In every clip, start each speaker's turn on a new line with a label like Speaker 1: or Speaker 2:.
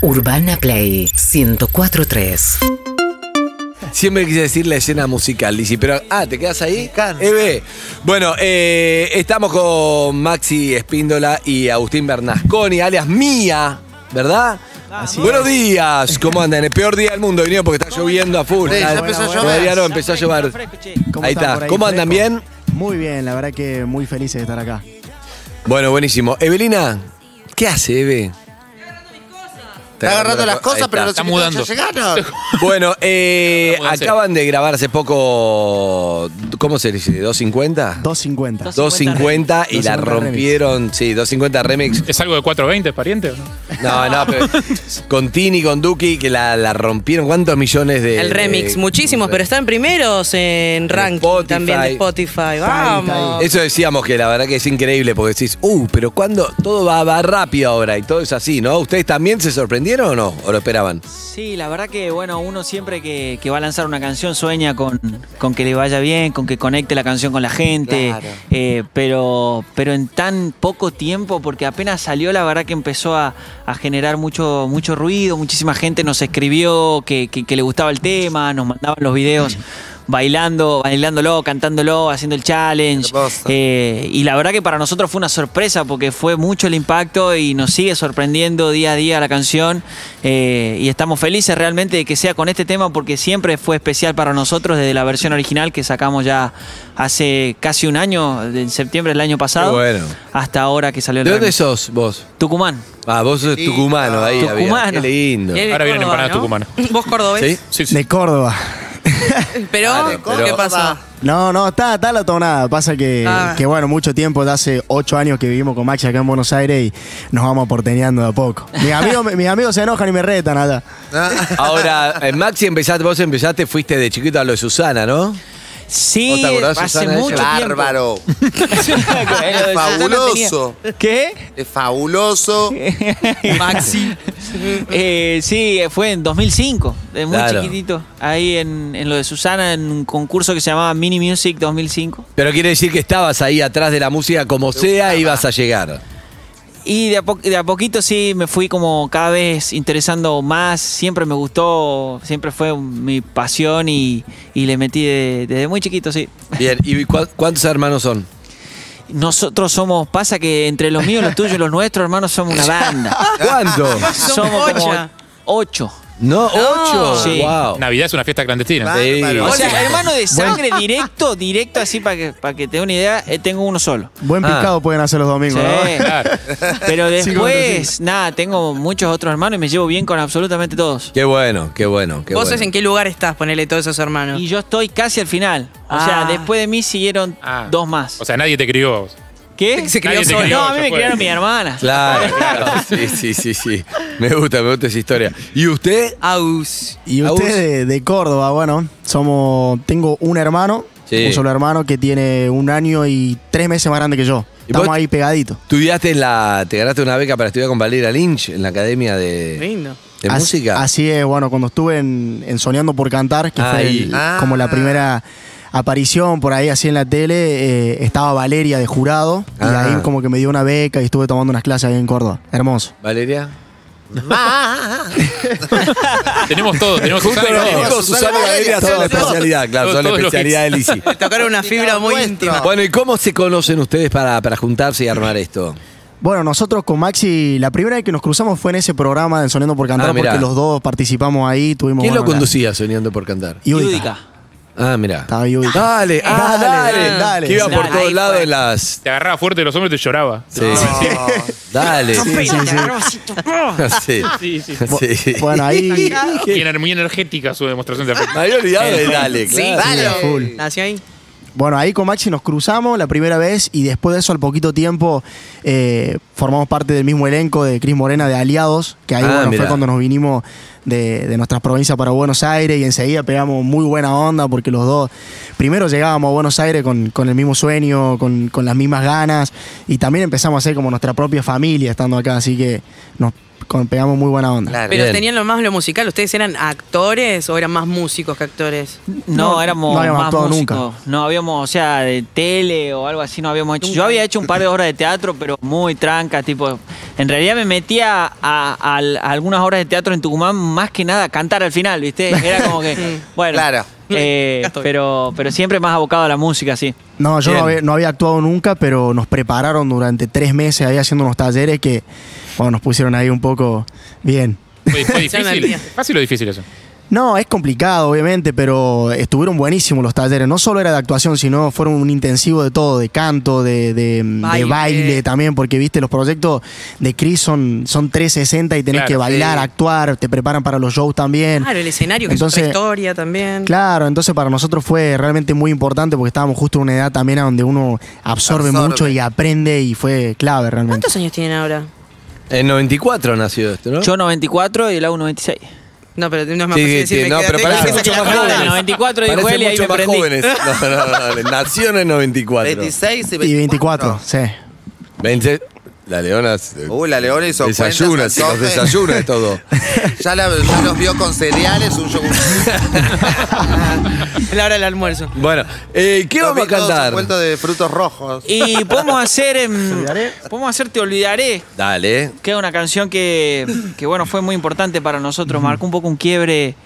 Speaker 1: Urbana Play 1043.
Speaker 2: Siempre quise decir la escena musical, Lizzy, pero. Ah, ¿te quedas ahí?
Speaker 3: encanta.
Speaker 2: Eve. Bueno, eh, estamos con Maxi Espíndola y Agustín Bernasconi, alias Mía, ¿verdad? Buenos días, ¿cómo andan? El peor día del mundo, vinieron porque está lloviendo a full.
Speaker 3: Sí, ya
Speaker 2: Ah,
Speaker 3: empezó a llover.
Speaker 2: Todavía no, empezó a llover. Eh, Ahí
Speaker 3: están
Speaker 2: está.
Speaker 3: por
Speaker 2: ¿Cómo andan
Speaker 3: fresco?
Speaker 2: bien?
Speaker 3: Muy bien, la verdad que muy felices de estar acá.
Speaker 2: Bueno, buenísimo. Evelina, ¿qué hace, Eve?
Speaker 3: Está agarrando las
Speaker 2: co- ahí
Speaker 3: cosas, pero los
Speaker 2: está.
Speaker 4: Está
Speaker 3: invitados ya llegaron.
Speaker 2: Bueno, eh,
Speaker 4: Está mudando.
Speaker 2: acaban de grabar hace poco, ¿cómo se dice? ¿250?
Speaker 3: 250.
Speaker 2: 250 y la
Speaker 3: 250 remix.
Speaker 2: rompieron, sí, 250 remix.
Speaker 4: ¿Es algo de 420, es pariente o no?
Speaker 2: No, no, pero con Tini, con Duki, que la, la rompieron. ¿Cuántos millones de...?
Speaker 5: El remix,
Speaker 2: de-
Speaker 5: muchísimos, pero están primeros en ranking
Speaker 2: eh, Spotify.
Speaker 5: también de Spotify.
Speaker 3: Está ahí, está ahí.
Speaker 5: Vamos.
Speaker 2: Eso decíamos que la verdad que es increíble porque decís, uh, pero cuando todo va, va rápido ahora y todo es así, ¿no? ¿Ustedes también se sorprendieron o no? ¿O lo esperaban?
Speaker 6: Sí, la verdad que bueno, uno siempre que, que va a lanzar una canción sueña con, con que le vaya bien, con que conecte la canción con la gente,
Speaker 2: Claro.
Speaker 6: eh, pero, pero en tan poco tiempo, porque apenas salió, la verdad que empezó a, a generar mucho, mucho ruido, muchísima gente nos escribió que, que- que le gustaba el tema, nos mandaban los videos. Bailando, bailándolo, cantándolo, haciendo el challenge.
Speaker 2: Hermoso.
Speaker 6: Eh, y la verdad que para nosotros fue una sorpresa porque fue mucho el impacto y nos sigue sorprendiendo día a día la canción. Eh, y estamos felices realmente de que sea con este tema porque siempre fue especial para nosotros desde la versión original que sacamos ya hace casi un año, en septiembre del año pasado,
Speaker 2: Qué bueno.
Speaker 6: hasta ahora que salió el
Speaker 2: ¿De dónde
Speaker 6: remix.
Speaker 2: sos vos?
Speaker 6: Tucumán.
Speaker 2: Ah, vos sos tucumano ahí. había.
Speaker 6: Tucumano.
Speaker 2: Qué lindo.
Speaker 5: Y él de
Speaker 4: Ahora vienen
Speaker 5: Córdoba,
Speaker 4: empanadas
Speaker 5: ¿no?
Speaker 4: tucumanas.
Speaker 5: Vos cordobés.
Speaker 2: ¿Sí?
Speaker 4: Sí, sí.
Speaker 3: De Córdoba.
Speaker 5: Pero,
Speaker 2: Vale, Ah, pero-
Speaker 5: ¿qué pasa?
Speaker 3: No, no, está, está la tonada. Pasa que,
Speaker 5: Ah.
Speaker 3: que, bueno, mucho tiempo, de hace ocho años que vivimos con Maxi acá en Buenos Aires y nos vamos porteñando de a poco. Mis amigos, mis amigos se enojan y me retan allá.
Speaker 7: Ah,
Speaker 2: Ahora, eh, Maxi, empezaste, vos empezaste, fuiste de chiquito a lo de Susana, ¿no? ¿Vos
Speaker 6: Sí,
Speaker 2: te acordás,
Speaker 6: hace
Speaker 2: Susana, de
Speaker 6: mucho
Speaker 2: ella?
Speaker 6: tiempo.
Speaker 7: Bárbaro.
Speaker 6: Lo
Speaker 7: Es
Speaker 6: de Susana tenía-
Speaker 7: fabuloso.
Speaker 6: ¿Qué?
Speaker 7: Es fabuloso.
Speaker 6: Maxi. Eh, sí, fue en 2005, de muy
Speaker 2: Claro.
Speaker 6: chiquitito. Ahí en, en lo de Susana, en un concurso que se llamaba Mini Music 2005.
Speaker 2: Pero quiere decir que estabas ahí atrás de la música, como sea, ibas a llegar.
Speaker 6: Y de a, po- de a poquito sí me fui como cada vez interesando más, siempre me gustó, siempre fue mi pasión y, y le metí de- desde muy chiquito, sí.
Speaker 2: Bien, ¿y cua- cuántos hermanos son?
Speaker 6: Nosotros somos, pasa que entre los míos, los tuyos y los nuestros, hermanos, somos una banda.
Speaker 2: ¿Cuántos?
Speaker 6: somos como
Speaker 5: ocho.
Speaker 6: ocho.
Speaker 2: ¿No? ¿Ocho?
Speaker 6: Sí.
Speaker 2: Wow.
Speaker 4: Navidad es una fiesta clandestina.
Speaker 2: Sí.
Speaker 7: Bárbaro.
Speaker 6: O
Speaker 2: Sí.
Speaker 6: sea, hermano de sangre directo, directo así para que, para que te dé una idea, eh, tengo uno solo.
Speaker 3: Buen
Speaker 2: Ah.
Speaker 3: pescado pueden hacer los domingos,
Speaker 6: Sí.
Speaker 3: ¿no?
Speaker 4: Claro.
Speaker 6: Pero
Speaker 3: Sí, como
Speaker 6: después, nada, tengo muchos otros hermanos y me llevo bien con absolutamente todos.
Speaker 2: Qué bueno, qué bueno, qué
Speaker 5: ¿Vos
Speaker 2: bueno.
Speaker 5: sos en qué lugar estás? Ponele todos esos hermanos.
Speaker 6: Y yo estoy casi al final. O sea,
Speaker 5: Ah.
Speaker 6: después de mí siguieron
Speaker 4: Ah.
Speaker 6: dos más.
Speaker 4: O sea, nadie te crió. a vos.
Speaker 6: ¿Qué?
Speaker 5: se crió
Speaker 6: Nadie te
Speaker 5: solo.
Speaker 6: No, a mí
Speaker 4: ya
Speaker 6: me
Speaker 4: fue.
Speaker 6: criaron mi hermana.
Speaker 2: Claro, claro. Sí, sí, sí, sí. Me gusta, me gusta esa historia. ¿Y usted?
Speaker 5: Aus.
Speaker 3: Y
Speaker 2: Agus.
Speaker 3: usted de, de Córdoba, bueno, somos, tengo un hermano,
Speaker 2: Sí.
Speaker 3: un solo hermano que tiene un año y tres meses más grande que
Speaker 2: ¿Y
Speaker 3: yo.
Speaker 2: vos-
Speaker 3: Estamos ahí pegaditos.
Speaker 2: ¿Estudiaste en la. Te ganaste una beca para estudiar con Valeria Lynch en la academia de,
Speaker 5: Lindo.
Speaker 2: de
Speaker 3: Así-
Speaker 2: música?
Speaker 3: Así es, bueno, cuando estuve en, en Soñando por Cantar, que fue
Speaker 2: Ahí. Ah.
Speaker 3: el- como la primera aparición por ahí así en la tele, eh, estaba Valeria de jurado
Speaker 2: Ah.
Speaker 3: y ahí como que me dio una beca y estuve tomando unas clases ahí en Córdoba. Hermoso.
Speaker 2: ¿Valeria?
Speaker 4: Tenemos todo, tenemos Susana y
Speaker 2: Justo
Speaker 4: Valeria.
Speaker 2: los dos, Susana y Valeria son la especialidad, claro,
Speaker 4: Todo-
Speaker 2: son la
Speaker 4: todo lo que-
Speaker 2: especialidad de Lizzy.
Speaker 5: Me tocaron una fibra muy íntima.
Speaker 2: Bueno, ¿y cómo se conocen ustedes para, para juntarse y armar esto?
Speaker 3: Bueno, nosotros con Maxi, la primera vez que nos cruzamos fue en ese programa de Soñando por Cantar
Speaker 2: Ah, mirá.
Speaker 3: porque los dos participamos ahí, tuvimos...
Speaker 2: ¿Quién lo
Speaker 3: bueno, la-
Speaker 2: conducía soñando por cantar?
Speaker 3: Iudica.
Speaker 6: Yúdica.
Speaker 2: Ah, mira.
Speaker 3: Estaba Iudica.
Speaker 2: Dale, ah,
Speaker 3: Dale,
Speaker 2: dale,
Speaker 3: dale.
Speaker 2: Que iba por
Speaker 5: Dale, ahí
Speaker 2: todos
Speaker 5: fue.
Speaker 2: lados en las.
Speaker 4: Te agarraba fuerte de los hombros y te lloraba.
Speaker 2: Sí, Dale.
Speaker 3: Sí, sí, sí.
Speaker 2: Sí.
Speaker 4: Sí, sí.
Speaker 2: Sí.
Speaker 3: Bueno, ahí...
Speaker 4: Bien, muy energética su demostración de afecto.
Speaker 2: Me había olvidado de dale,
Speaker 5: Sí,
Speaker 2: claro.
Speaker 3: full.
Speaker 5: Nació ahí.
Speaker 3: Bueno, ahí con Maxi nos cruzamos la primera vez y después de eso, al poquito tiempo, eh, formamos parte del mismo elenco de Cris Morena de Aliados, que ahí
Speaker 2: Ah,
Speaker 3: bueno,
Speaker 2: mirá.
Speaker 3: fue cuando nos vinimos de, de nuestras provincias para Buenos Aires y enseguida pegamos muy buena onda porque los dos, primero llegábamos a Buenos Aires con, con el mismo sueño, con, con las mismas ganas y también empezamos a ser como nuestra propia familia estando acá, así que nos con- pegamos muy buena onda.
Speaker 2: Claro,
Speaker 5: Pero
Speaker 2: bien.
Speaker 5: tenían lo más lo musical. ¿Ustedes eran actores o eran más músicos que actores?
Speaker 6: No,
Speaker 3: No,
Speaker 6: éramos
Speaker 3: no habíamos
Speaker 6: más
Speaker 3: actuado
Speaker 6: músicos.
Speaker 3: nunca.
Speaker 6: No habíamos, o sea, de tele o algo así no habíamos hecho. Yo
Speaker 5: Nunca.
Speaker 6: había hecho un par de obras de teatro, pero muy tranca, tipo. En realidad me metía a, a- a algunas obras de teatro en Tucumán, más que nada a cantar al final, ¿viste? Era como que. Bueno.
Speaker 7: Claro.
Speaker 6: eh,
Speaker 5: Acá estoy.
Speaker 6: pero, pero siempre más abocado a la música, sí.
Speaker 3: No, yo no
Speaker 2: Bien.
Speaker 3: había, no había actuado nunca, pero nos prepararon durante tres meses ahí haciendo unos talleres que bueno, nos pusieron ahí un poco bien.
Speaker 4: Fue, fue
Speaker 5: Ya me
Speaker 4: difícil.
Speaker 5: olvidé.
Speaker 4: Fácil o difícil eso.
Speaker 3: No, es complicado, obviamente, pero estuvieron buenísimos los talleres. No solo era de actuación, sino fueron un intensivo de todo, de canto, de, de- de
Speaker 5: Baile.
Speaker 3: baile. también, porque viste, los proyectos de Chris son, son 360 y tenés
Speaker 4: Claro,
Speaker 3: que bailar,
Speaker 4: sí.
Speaker 3: actuar, te preparan para los shows también.
Speaker 5: Claro, el escenario, que es
Speaker 3: Entonces-
Speaker 5: otra historia también.
Speaker 3: Claro, entonces para nosotros fue realmente muy importante porque estábamos justo en una edad también a donde uno absorbe,
Speaker 7: Absorbe.
Speaker 3: mucho y aprende y fue clave realmente.
Speaker 5: ¿Cuántos años tienen ahora?
Speaker 2: En 94 nació esto, ¿no?
Speaker 6: Yo 94 y el AU 96.
Speaker 5: No, pero no es más
Speaker 2: Sí,
Speaker 5: fácil
Speaker 2: sí,
Speaker 5: decirme
Speaker 2: sí, no,
Speaker 5: quédate
Speaker 2: pero
Speaker 5: que
Speaker 2: parece
Speaker 5: empieza
Speaker 2: mucho
Speaker 5: que
Speaker 2: más
Speaker 5: la
Speaker 2: jóvenes.
Speaker 5: joda.
Speaker 6: el 94 dijo
Speaker 2: Parece
Speaker 6: él y ahí
Speaker 2: mucho
Speaker 6: me
Speaker 2: más
Speaker 6: prendí.
Speaker 2: jóvenes. No, no, no, dale. Nació en el 94.
Speaker 7: 26 y 24.
Speaker 3: Y 24, sí.
Speaker 2: 20. La Leona. eh,
Speaker 7: Uy, la Leona hizo
Speaker 2: Desayuna,
Speaker 7: cuentas,
Speaker 2: chicos,
Speaker 7: entonces.
Speaker 2: desayuna de todo.
Speaker 7: Ya, la- ya los vio con cereales, un yogur.
Speaker 5: Es la hora del almuerzo.
Speaker 2: Bueno, eh, ¿qué
Speaker 7: Los
Speaker 2: vamos
Speaker 7: vi
Speaker 2: a
Speaker 7: todos
Speaker 2: cantar?
Speaker 7: envueltos de frutos rojos.
Speaker 6: Y podemos hacer. em, podemos hacer Te Olvidaré.
Speaker 2: Dale.
Speaker 6: Queda una canción que, que, bueno, fue muy importante para nosotros. Marcó un poco un quiebre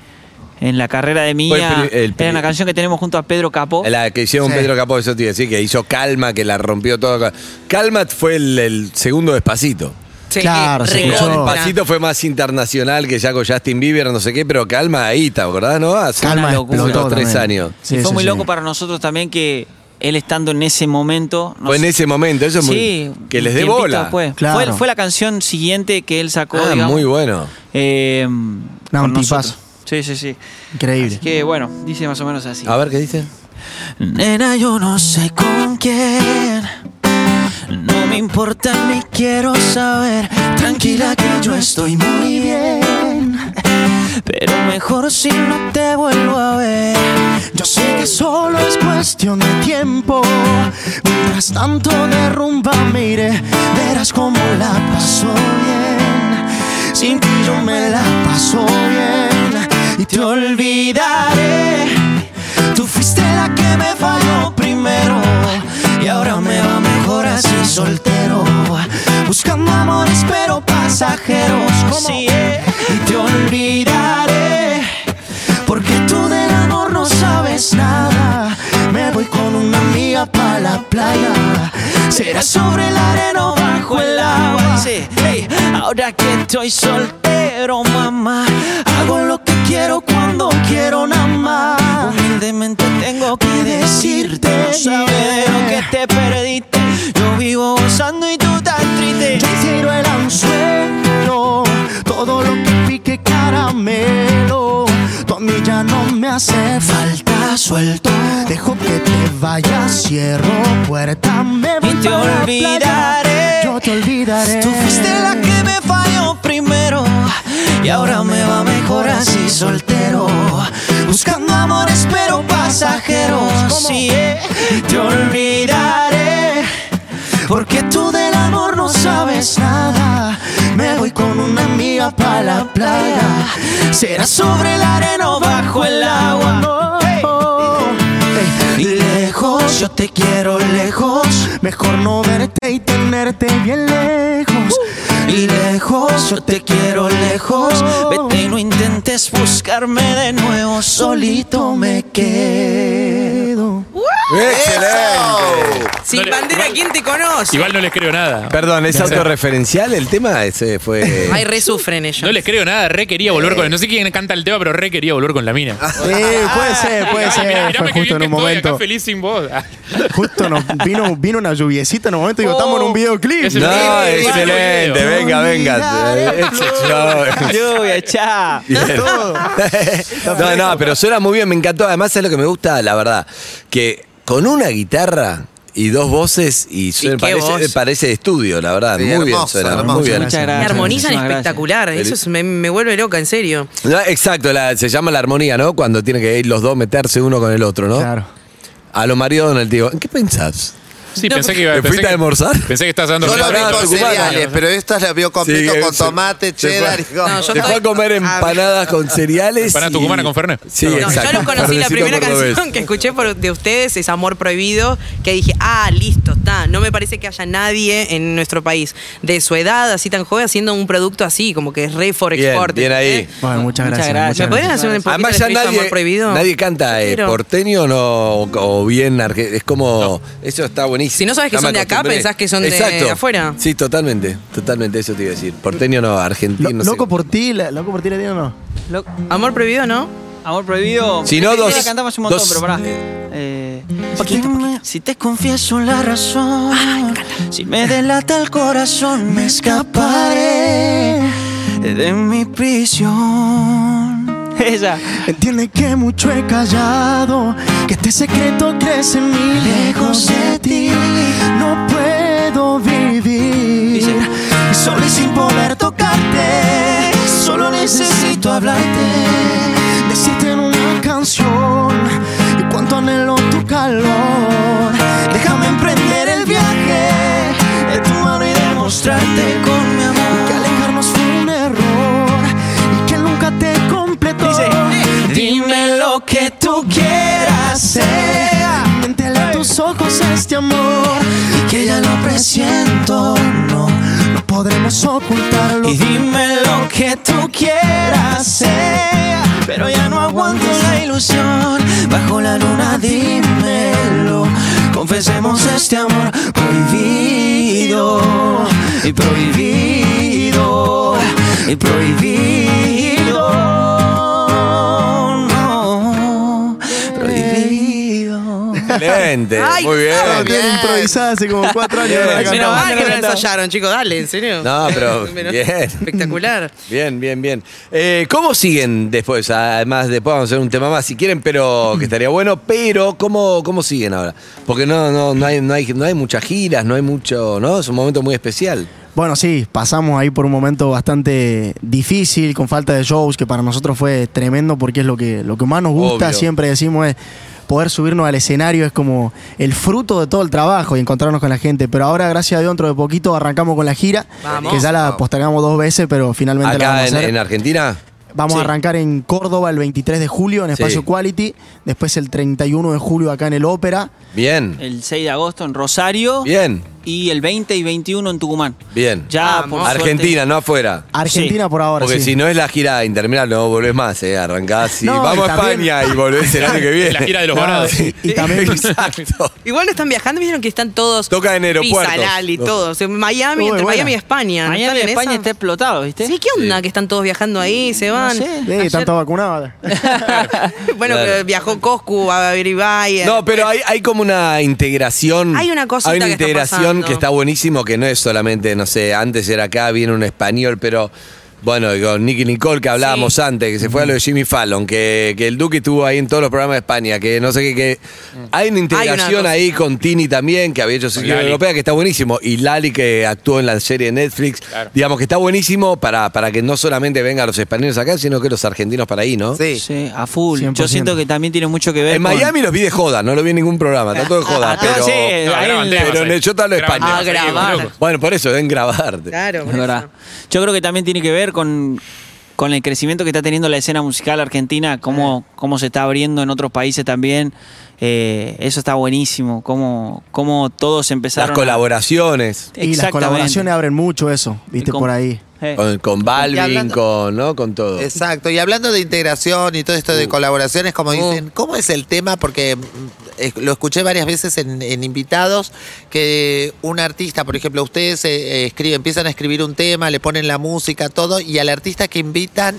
Speaker 6: en la carrera de
Speaker 2: Fue el
Speaker 6: Mía.
Speaker 2: pri- el pri-
Speaker 6: Era una canción que tenemos junto a Pedro Capó.
Speaker 2: La que hicieron
Speaker 3: Sí.
Speaker 2: Pedro Capó, eso te iba a decir, que hizo Calma, que la rompió todo. Calma fue el, el segundo despacito.
Speaker 5: Sí,
Speaker 3: Claro, se
Speaker 5: recontra.
Speaker 3: escuchó.
Speaker 2: Despacito fue más internacional que ya con Justin Bieber, no sé qué, pero Calma ahí, ¿te acordás, no? Hace
Speaker 3: Calma,
Speaker 6: locura.
Speaker 2: unos
Speaker 3: explotó
Speaker 2: dos, tres
Speaker 3: también.
Speaker 2: años.
Speaker 6: Y
Speaker 3: Sí,
Speaker 6: fue
Speaker 3: sí,
Speaker 6: muy
Speaker 3: sí.
Speaker 6: loco para nosotros también que él estando en ese momento. nos-
Speaker 2: Fue en ese momento, eso es muy.
Speaker 6: Sí,
Speaker 2: que les
Speaker 6: un
Speaker 2: dé
Speaker 6: tiempito
Speaker 2: bola.
Speaker 6: después.
Speaker 3: Claro.
Speaker 6: Fue, fue la canción siguiente que él sacó.
Speaker 2: Ah,
Speaker 6: digamos,
Speaker 2: muy bueno.
Speaker 6: eh, con
Speaker 3: un tipazo.
Speaker 6: nosotros. Sí, sí, sí.
Speaker 3: Increíble.
Speaker 6: Que bueno, dice más o menos así.
Speaker 2: A ver qué dice.
Speaker 6: Nena, yo no sé con quién. No me importa ni quiero saber. Tranquila que yo estoy muy bien. Pero mejor si no te vuelvo a ver.
Speaker 3: Yo sé que solo es cuestión de tiempo. Mientras tanto derrumba, mire, verás cómo la paso bien. Sin ti yo me la paso bien y te olvidaré. Tú fuiste la que me falló primero y ahora me va mejor así soltero. Buscando amores pero pasajeros.
Speaker 6: Sí, eh.
Speaker 3: Y te olvidaré. Porque tú del amor no sabes nada. Me voy con una amiga pa' la playa. Será sobre la arena o bajo el agua.
Speaker 6: Sí. Ey, ahora que estoy soltero, mamá, hago lo que quiero cuando quiero nada más. Humildemente tengo que decirte, no sabes lo que te perdiste. Yo vivo gozando y tú tan triste.
Speaker 3: Yo tiro el anzuelo, todo lo que pique caramelo. Tú a mí ya no me hace falta suelto. Dejo que te vayas, cierro puerta, me voy
Speaker 6: Y te
Speaker 3: pa' la playa.
Speaker 6: olvidaré.
Speaker 3: Yo te olvidaré.
Speaker 6: Tú fuiste la que me falló primero y ahora me va mejor así soltero. Buscando amores pero pasajeros, sí, eh, te olvidaré.
Speaker 3: Porque tú del amor no sabes nada. Me voy con una amiga pa' la playa. Será sobre la arena o bajo el agua. Ey, Lejos, yo te quiero lejos. Mejor no verte y tenerte bien lejos.
Speaker 6: Y lejos, yo te quiero lejos. Vete y no intentes buscarme de nuevo,
Speaker 3: Solito me quedo.
Speaker 2: ¡Excelente!
Speaker 5: Sin
Speaker 4: No le-
Speaker 5: bandera, ¿quién te conoce?
Speaker 4: Igual no les creo nada.
Speaker 2: Perdón, ¿es autorreferencial el tema? Ese fue.
Speaker 5: Ay, resufren ellos.
Speaker 4: No les creo nada, re quería volver con No sé quién canta el tema, pero re quería volver con la mina.
Speaker 3: puede ser, Ah, puede
Speaker 4: Ay,
Speaker 3: ser.
Speaker 4: mirá, mirá
Speaker 3: Fue justo en
Speaker 4: qué bien
Speaker 3: un
Speaker 4: que estoy
Speaker 3: momento.
Speaker 4: Acá feliz sin vos.
Speaker 3: Justo nos vino, vino una lluviecita en un momento y
Speaker 4: Oh,
Speaker 3: estamos en un videoclip.
Speaker 4: ese
Speaker 2: No,
Speaker 4: Sí, sí,
Speaker 2: excelente,
Speaker 4: sí.
Speaker 2: venga, venga. Eh, excepción.
Speaker 6: Lluvia, chao.
Speaker 2: Bien. No, no, pero suena muy bien, me encantó. Además es lo que me gusta, la verdad, que con una guitarra y dos voces y suena-
Speaker 5: qué
Speaker 2: parece,
Speaker 5: voz.
Speaker 2: parece de estudio, la verdad.
Speaker 7: Sí,
Speaker 2: muy bien
Speaker 7: hermoso,
Speaker 2: suena,
Speaker 7: hermoso.
Speaker 2: muy bien.
Speaker 3: Muchas
Speaker 5: Me
Speaker 3: gracias,
Speaker 5: armonizan
Speaker 6: muchísimas gracias.
Speaker 5: espectacular. Eso es- me, me vuelve loca, en serio.
Speaker 2: No, exacto, la- se llama la armonía, ¿no? Cuando tienen que ir los dos meterse uno con el otro, ¿no?
Speaker 3: Claro.
Speaker 2: A los maridos en el tío, ¿en qué pensás?
Speaker 4: Sí, pensé que iba
Speaker 2: ¿Te fuiste
Speaker 4: Eh, pensé
Speaker 2: a
Speaker 4: que-
Speaker 2: almorzar?
Speaker 4: Pensé que estabas dando
Speaker 7: Yo lo
Speaker 2: Ahora
Speaker 7: vi
Speaker 2: la
Speaker 7: con
Speaker 2: tucumana.
Speaker 7: cereales, pero esta la vio completo
Speaker 2: Sí,
Speaker 7: con
Speaker 2: se-
Speaker 7: tomate,
Speaker 2: se fue.
Speaker 7: cheddar y con-
Speaker 5: No, yo
Speaker 2: Se fue a
Speaker 5: estoy-
Speaker 2: comer empanadas con cereales.
Speaker 4: Empanada
Speaker 2: y-
Speaker 4: tucumana con Fernet.
Speaker 2: Sí,
Speaker 5: No,
Speaker 2: exacto.
Speaker 5: yo los conocí, la
Speaker 2: Fernecito
Speaker 5: primera
Speaker 2: cordobés.
Speaker 5: canción que escuché por- de ustedes es Amor Prohibido, que dije, ah, listo, está. No me parece que haya nadie en nuestro país de su edad, así tan joven, haciendo un producto así, como que es re for
Speaker 2: Bien,
Speaker 5: export.
Speaker 2: bien ahí.
Speaker 5: ¿eh?
Speaker 3: Bueno, muchas gracias.
Speaker 6: gracias.
Speaker 3: muchas
Speaker 5: ¿Me podrían hacer un poquito
Speaker 2: Además
Speaker 5: de
Speaker 2: ya
Speaker 5: freestyle de Amor
Speaker 2: nadie,
Speaker 5: Prohibido?
Speaker 2: nadie canta eh,
Speaker 5: Quiero-
Speaker 2: porteño no, o, o bien arge- es como eso está buenísimo.
Speaker 5: Si no sabes que
Speaker 2: Ya me
Speaker 5: son de acá,
Speaker 2: acostumbré.
Speaker 5: pensás que son de
Speaker 2: Exacto.
Speaker 5: afuera.
Speaker 2: Sí, totalmente, totalmente eso te iba a decir. Porteño no, argentino.
Speaker 3: Lo-
Speaker 2: no sé.
Speaker 3: loco por ti, la- loco por ti la tiene o no.
Speaker 6: Lo-
Speaker 5: Amor Prohibido, ¿no?
Speaker 6: Amor prohibido.
Speaker 2: Si no,
Speaker 6: Sí,
Speaker 2: dos-
Speaker 6: la cantamos un montón,
Speaker 2: dos-
Speaker 6: pero pará. Eh, Si te confieso la razón,
Speaker 2: Ah,
Speaker 6: si me delata el corazón, me escaparé de mi prisión. Ella.
Speaker 3: Entiende que mucho he callado, que este secreto crece en mí lejos de ti. No puedo vivir
Speaker 6: Dice.
Speaker 3: y solo y sin poder tocarte. Solo necesito hablarte, decirte en una canción y cuánto anhelo tu calor. Déjame emprender el viaje de tu mano y demostrarte con mi amor que alejarnos fue un error y que nunca te completó.
Speaker 6: Dice, dime lo que tú quieras
Speaker 3: sea. Méntele a tus ojos este amor que ya lo presiento. No, no podremos ocultarlo.
Speaker 6: Y dime lo que tú quieras sea, Pero ya no aguanto la ilusión Bajo la luna dímelo Confesemos este amor prohibido Y prohibido Y prohibido No, prohibido
Speaker 2: Excelente,
Speaker 5: Ay,
Speaker 2: muy bien.
Speaker 5: claro,
Speaker 7: bien.
Speaker 3: improvisada hace como cuatro años. no la
Speaker 2: Bien.
Speaker 3: cantaba.
Speaker 5: Menos mal que no lo
Speaker 6: cantamos.
Speaker 5: ensayaron, chicos, dale, en serio.
Speaker 2: No, pero
Speaker 5: Menos-
Speaker 2: bien.
Speaker 5: Espectacular.
Speaker 2: Bien, bien, bien. Eh, ¿Cómo siguen después? Además, después vamos a hacer un tema más si quieren, pero que estaría bueno. Pero, ¿cómo, cómo siguen ahora? Porque no, no, no hay, no hay, no hay muchas giras, no hay mucho, ¿no? Es un momento muy especial.
Speaker 3: Bueno, sí, pasamos ahí por un momento bastante difícil, con falta de shows, que para nosotros fue tremendo porque es lo que, lo que más nos gusta,
Speaker 2: Obvio.
Speaker 3: siempre decimos es poder subirnos al escenario, es como el fruto de todo el trabajo y encontrarnos con la gente. Pero ahora, gracias a Dios, dentro de poquito arrancamos con la gira,
Speaker 5: Vamos.
Speaker 3: que ya la postergamos dos veces, pero finalmente la vamos a
Speaker 2: Acá en,
Speaker 3: hacer.
Speaker 2: en Argentina.
Speaker 3: Vamos a arrancar en Córdoba el 23 de julio en Espacio
Speaker 2: Sí.
Speaker 3: Quality, después el 31 de julio acá en el Ópera.
Speaker 2: Bien,
Speaker 6: El 6 de agosto en Rosario
Speaker 2: bien,
Speaker 6: Y el 20 y 21 en Tucumán
Speaker 2: bien.
Speaker 6: Ya
Speaker 5: Vamos.
Speaker 6: por suerte-
Speaker 2: Argentina, no afuera.
Speaker 3: Argentina por ahora.
Speaker 2: Porque
Speaker 3: sí.
Speaker 2: si no es la gira interminable, no volvés más, ¿eh? Arrancás y
Speaker 3: No,
Speaker 2: vamos
Speaker 3: y
Speaker 2: a
Speaker 3: también-
Speaker 2: España y volvés el año que viene.
Speaker 4: La gira de los
Speaker 3: Claro,
Speaker 4: varados.
Speaker 3: sí. Y también-
Speaker 2: Exacto.
Speaker 5: Igual no están viajando, vieron que están todos.
Speaker 2: Toca en aeropuertos.
Speaker 5: Pisa, Lali,
Speaker 2: No.
Speaker 5: todos. En Miami,
Speaker 3: Uy,
Speaker 5: entre
Speaker 3: buena.
Speaker 5: Miami y España. ¿no
Speaker 6: Miami,
Speaker 5: están en
Speaker 6: España este-
Speaker 5: esa?
Speaker 6: está explotado, ¿viste?
Speaker 5: Sí, Ah, ¿qué onda que están todos viajando ahí? Se van.
Speaker 6: sé.
Speaker 3: Sí, están todos vacunados.
Speaker 5: Bueno,
Speaker 2: Claro.
Speaker 5: pero viajó Coscu a Biribay.
Speaker 2: No, pero hay, hay como una integración.
Speaker 5: Hay una cosita
Speaker 2: Hay una
Speaker 5: que está
Speaker 2: integración
Speaker 5: pasando.
Speaker 2: que está buenísimo, que no es solamente, no sé, antes era acá, viene un español, pero. Bueno, y con Nicky Nicole que hablábamos antes, que se fue a lo de Jimmy Fallon, que, que el Duque estuvo ahí en todos los programas de España, que no sé qué. Que hay una integración
Speaker 5: Mm. cosa.
Speaker 2: ahí con Tini también, que había hecho su
Speaker 4: Lali.
Speaker 2: europea, que está buenísimo. Y Lali que actuó en la serie de Netflix.
Speaker 4: Claro.
Speaker 2: Digamos que está buenísimo para, para que no solamente vengan los españoles acá, sino que los argentinos para ahí, ¿no?
Speaker 7: Sí.
Speaker 6: Sí, a full.
Speaker 3: 100%.
Speaker 6: Yo siento que también tiene mucho que ver
Speaker 2: En
Speaker 6: con-
Speaker 2: Miami los vi de joda, no lo vi en ningún programa, tanto de joda.
Speaker 6: Ah,
Speaker 2: pero,
Speaker 6: sí,
Speaker 4: No,
Speaker 6: ahí
Speaker 4: graban
Speaker 6: en-
Speaker 4: temas
Speaker 2: pero en
Speaker 4: ahí.
Speaker 2: el- yo te hablo de
Speaker 4: Graban
Speaker 2: España.
Speaker 4: temas ahí,
Speaker 5: Ah, grabar.
Speaker 4: loco.
Speaker 2: Bueno, por eso, deben grabarte.
Speaker 5: Claro, por
Speaker 6: Es verdad.
Speaker 5: eso.
Speaker 6: Yo creo que también tiene que ver con, con el crecimiento que está teniendo la escena musical argentina, cómo,
Speaker 5: Ah.
Speaker 6: cómo se está abriendo en otros países también. Eh, eso está buenísimo, cómo, cómo todos
Speaker 2: Las
Speaker 6: empezaron. a-
Speaker 2: colaboraciones
Speaker 3: Y las
Speaker 6: Exactamente.
Speaker 3: colaboraciones abren mucho eso, viste,
Speaker 6: Con-
Speaker 3: por ahí.
Speaker 6: Eh.
Speaker 2: con, con
Speaker 7: Y
Speaker 2: Balvin,
Speaker 7: hablando-
Speaker 2: con, ¿no? con todo.
Speaker 7: Exacto, y hablando de integración y todo esto
Speaker 4: Uh.
Speaker 7: de colaboraciones, como dicen, ¿cómo es el tema? Porque mm, eh, lo escuché varias veces en, en invitados, que un artista, por ejemplo, ustedes eh, eh, escriben, empiezan a escribir un tema, le ponen la música, todo, y al artista que invitan,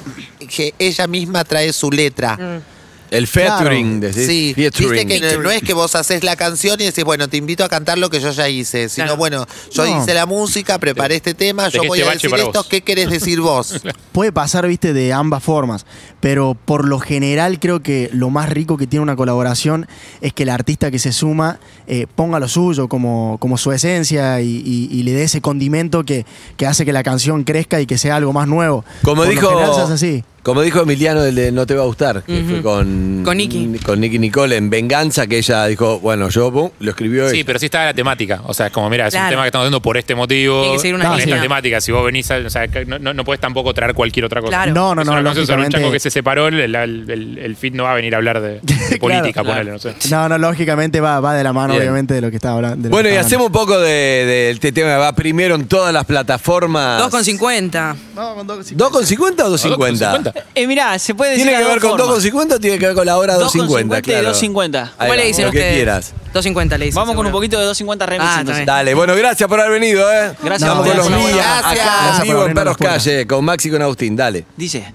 Speaker 7: que ella misma trae su letra.
Speaker 2: El featuring,
Speaker 7: Sí,
Speaker 2: decís, featuring.
Speaker 7: viste que no, no es que vos haces la canción y decís, bueno, te invito a cantar lo que yo ya hice, sino,
Speaker 5: Claro.
Speaker 7: bueno, yo
Speaker 3: No.
Speaker 7: hice la música, preparé este tema, yo
Speaker 4: Dejé
Speaker 7: voy
Speaker 4: este
Speaker 7: a
Speaker 4: bache
Speaker 7: decir
Speaker 4: para
Speaker 7: esto,
Speaker 4: vos.
Speaker 7: ¿qué querés decir vos?
Speaker 3: Puede pasar, viste, de ambas formas, pero por lo general creo que lo más rico que tiene una colaboración es que el artista que se suma eh, ponga lo suyo como, como su esencia y, y- y le dé ese condimento que, que hace que la canción crezca y que sea algo más nuevo.
Speaker 2: Como
Speaker 3: Por lo
Speaker 2: dijo,
Speaker 3: general se hace así.
Speaker 2: Como dijo Emiliano, el de No te va a gustar, que fue con.
Speaker 5: Con Nicky.
Speaker 2: Con Nicky Nicole en Venganza, que ella dijo, bueno, yo pum, lo escribió
Speaker 4: Sí,
Speaker 2: ella.
Speaker 4: pero sí está la temática. O sea, es como, mira, es un
Speaker 5: Claro.
Speaker 4: tema que estamos haciendo por este motivo.
Speaker 5: Tiene que seguir una
Speaker 4: con
Speaker 5: línea.
Speaker 4: esta temática. Si vos venís, a- o sea, que no, no, no puedes tampoco traer cualquier otra cosa.
Speaker 5: Claro.
Speaker 3: No, no,
Speaker 4: Es
Speaker 3: no,
Speaker 4: una cosa sobre un
Speaker 3: lógicamente-
Speaker 4: chango que se separó, el, el, el- el feed no va a venir a hablar de, de política,
Speaker 6: claro.
Speaker 4: ponele, no sé.
Speaker 3: No, no, lógicamente va, va de la mano,
Speaker 2: Bien.
Speaker 3: obviamente, de lo que estaba hablando. de lo
Speaker 2: Bueno,
Speaker 3: que
Speaker 2: y
Speaker 3: estaba
Speaker 2: hacemos un poco de- del te- tema que va primero en todas las plataformas.
Speaker 5: 2,50.
Speaker 3: hablando. No, con dos-
Speaker 2: ¿2,50 o 2,50?
Speaker 6: Eh, mirá, se puede decir.
Speaker 2: ¿Tiene
Speaker 6: a
Speaker 2: que ver
Speaker 6: dos
Speaker 2: con
Speaker 6: formas.
Speaker 2: 2,50 o tiene que ver con la hora 2,50?
Speaker 6: 2,50 y
Speaker 2: Claro.
Speaker 6: 2,50.
Speaker 2: Ahí
Speaker 5: ¿Cómo le
Speaker 2: va,
Speaker 5: dicen
Speaker 2: lo que
Speaker 5: ustedes?
Speaker 2: quieras.
Speaker 5: 2,50 le dicen.
Speaker 6: Vamos con
Speaker 5: seguro.
Speaker 6: un poquito de 250 remix.
Speaker 5: Ah,
Speaker 6: entonces.
Speaker 5: está
Speaker 2: Dale, bueno, gracias por haber venido, ¿eh?
Speaker 6: Gracias.
Speaker 2: Estamos
Speaker 3: No,
Speaker 2: con los
Speaker 3: gracias.
Speaker 2: mías,
Speaker 7: Gracias.
Speaker 2: acá
Speaker 3: Gracias
Speaker 2: en
Speaker 3: por
Speaker 2: vivo en
Speaker 3: abrirnos
Speaker 2: Perros
Speaker 3: las puertas.
Speaker 2: Calle, con Maxi y con Agustín, dale.
Speaker 6: Dice.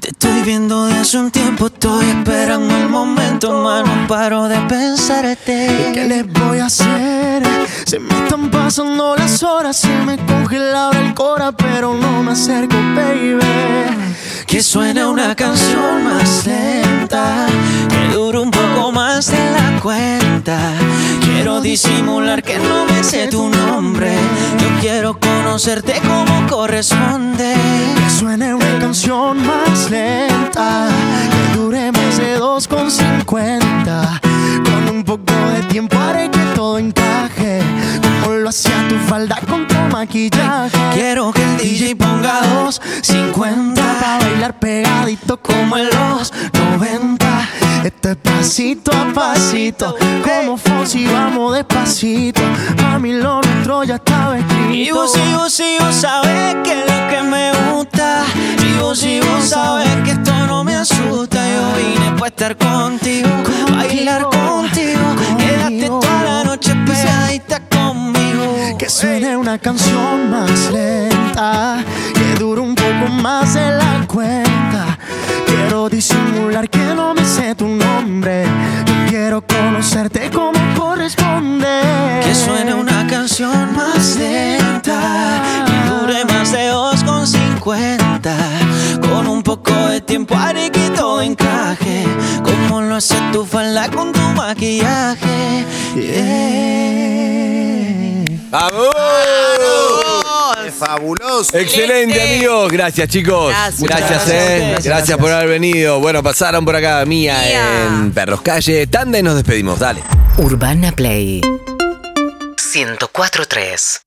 Speaker 6: Te estoy viendo de hace un tiempo, estoy esperando el momento, mano, paro de pensarte.
Speaker 3: ¿Qué les voy a hacer? Se me están pasando las horas, se me congela ahora el cora, pero no me acerco, baby.
Speaker 6: Que suena una canción más lenta, que dura un poco más de la cuenta. Quiero disimular que no me sé tu nombre. Yo quiero conocerte como corresponde.
Speaker 3: Que suene una canción más lenta, que dure más de 2,50. Con un poco de tiempo haré que todo encaje, como lo hacía tu falda con tu maquillaje.
Speaker 6: Quiero que el DJ ponga dos,
Speaker 3: 50 para bailar pegadito como en los 90. Este es pasito a pasito, como Fonsi vamos despacito. Mami, lo nuestro ya estaba
Speaker 6: Y
Speaker 3: escrito.
Speaker 6: vos, y vos, y vos sabes que es lo que me gusta. Y vos, y vos sabes que esto no me asusta. Yo vine para estar contigo, bailar contigo. Quédate toda la noche pegadita conmigo.
Speaker 3: Que suene una canción más lenta, que dure un poco más de la cuenta. Quiero disimular que no me sé tu nombre. Yo quiero conocerte como corresponde.
Speaker 6: Que suene una canción más lenta Que dure más de 2,50 Con un poco de tiempo haré que todo encaje Como lo hace tu falda con tu maquillaje Yeah.
Speaker 2: ¡Vamos!
Speaker 7: Es fabuloso.
Speaker 2: Excelente, amigos. Gracias, chicos.
Speaker 5: Gracias.
Speaker 2: Muchas Gracias,
Speaker 6: gracias a
Speaker 2: eh.
Speaker 6: ustedes.
Speaker 2: Gracias, por haber venido. Bueno, pasaron por acá Mía
Speaker 5: Mía.
Speaker 2: en Perros Calle. Tanda y nos despedimos. Dale.
Speaker 1: Urbana Play 104.3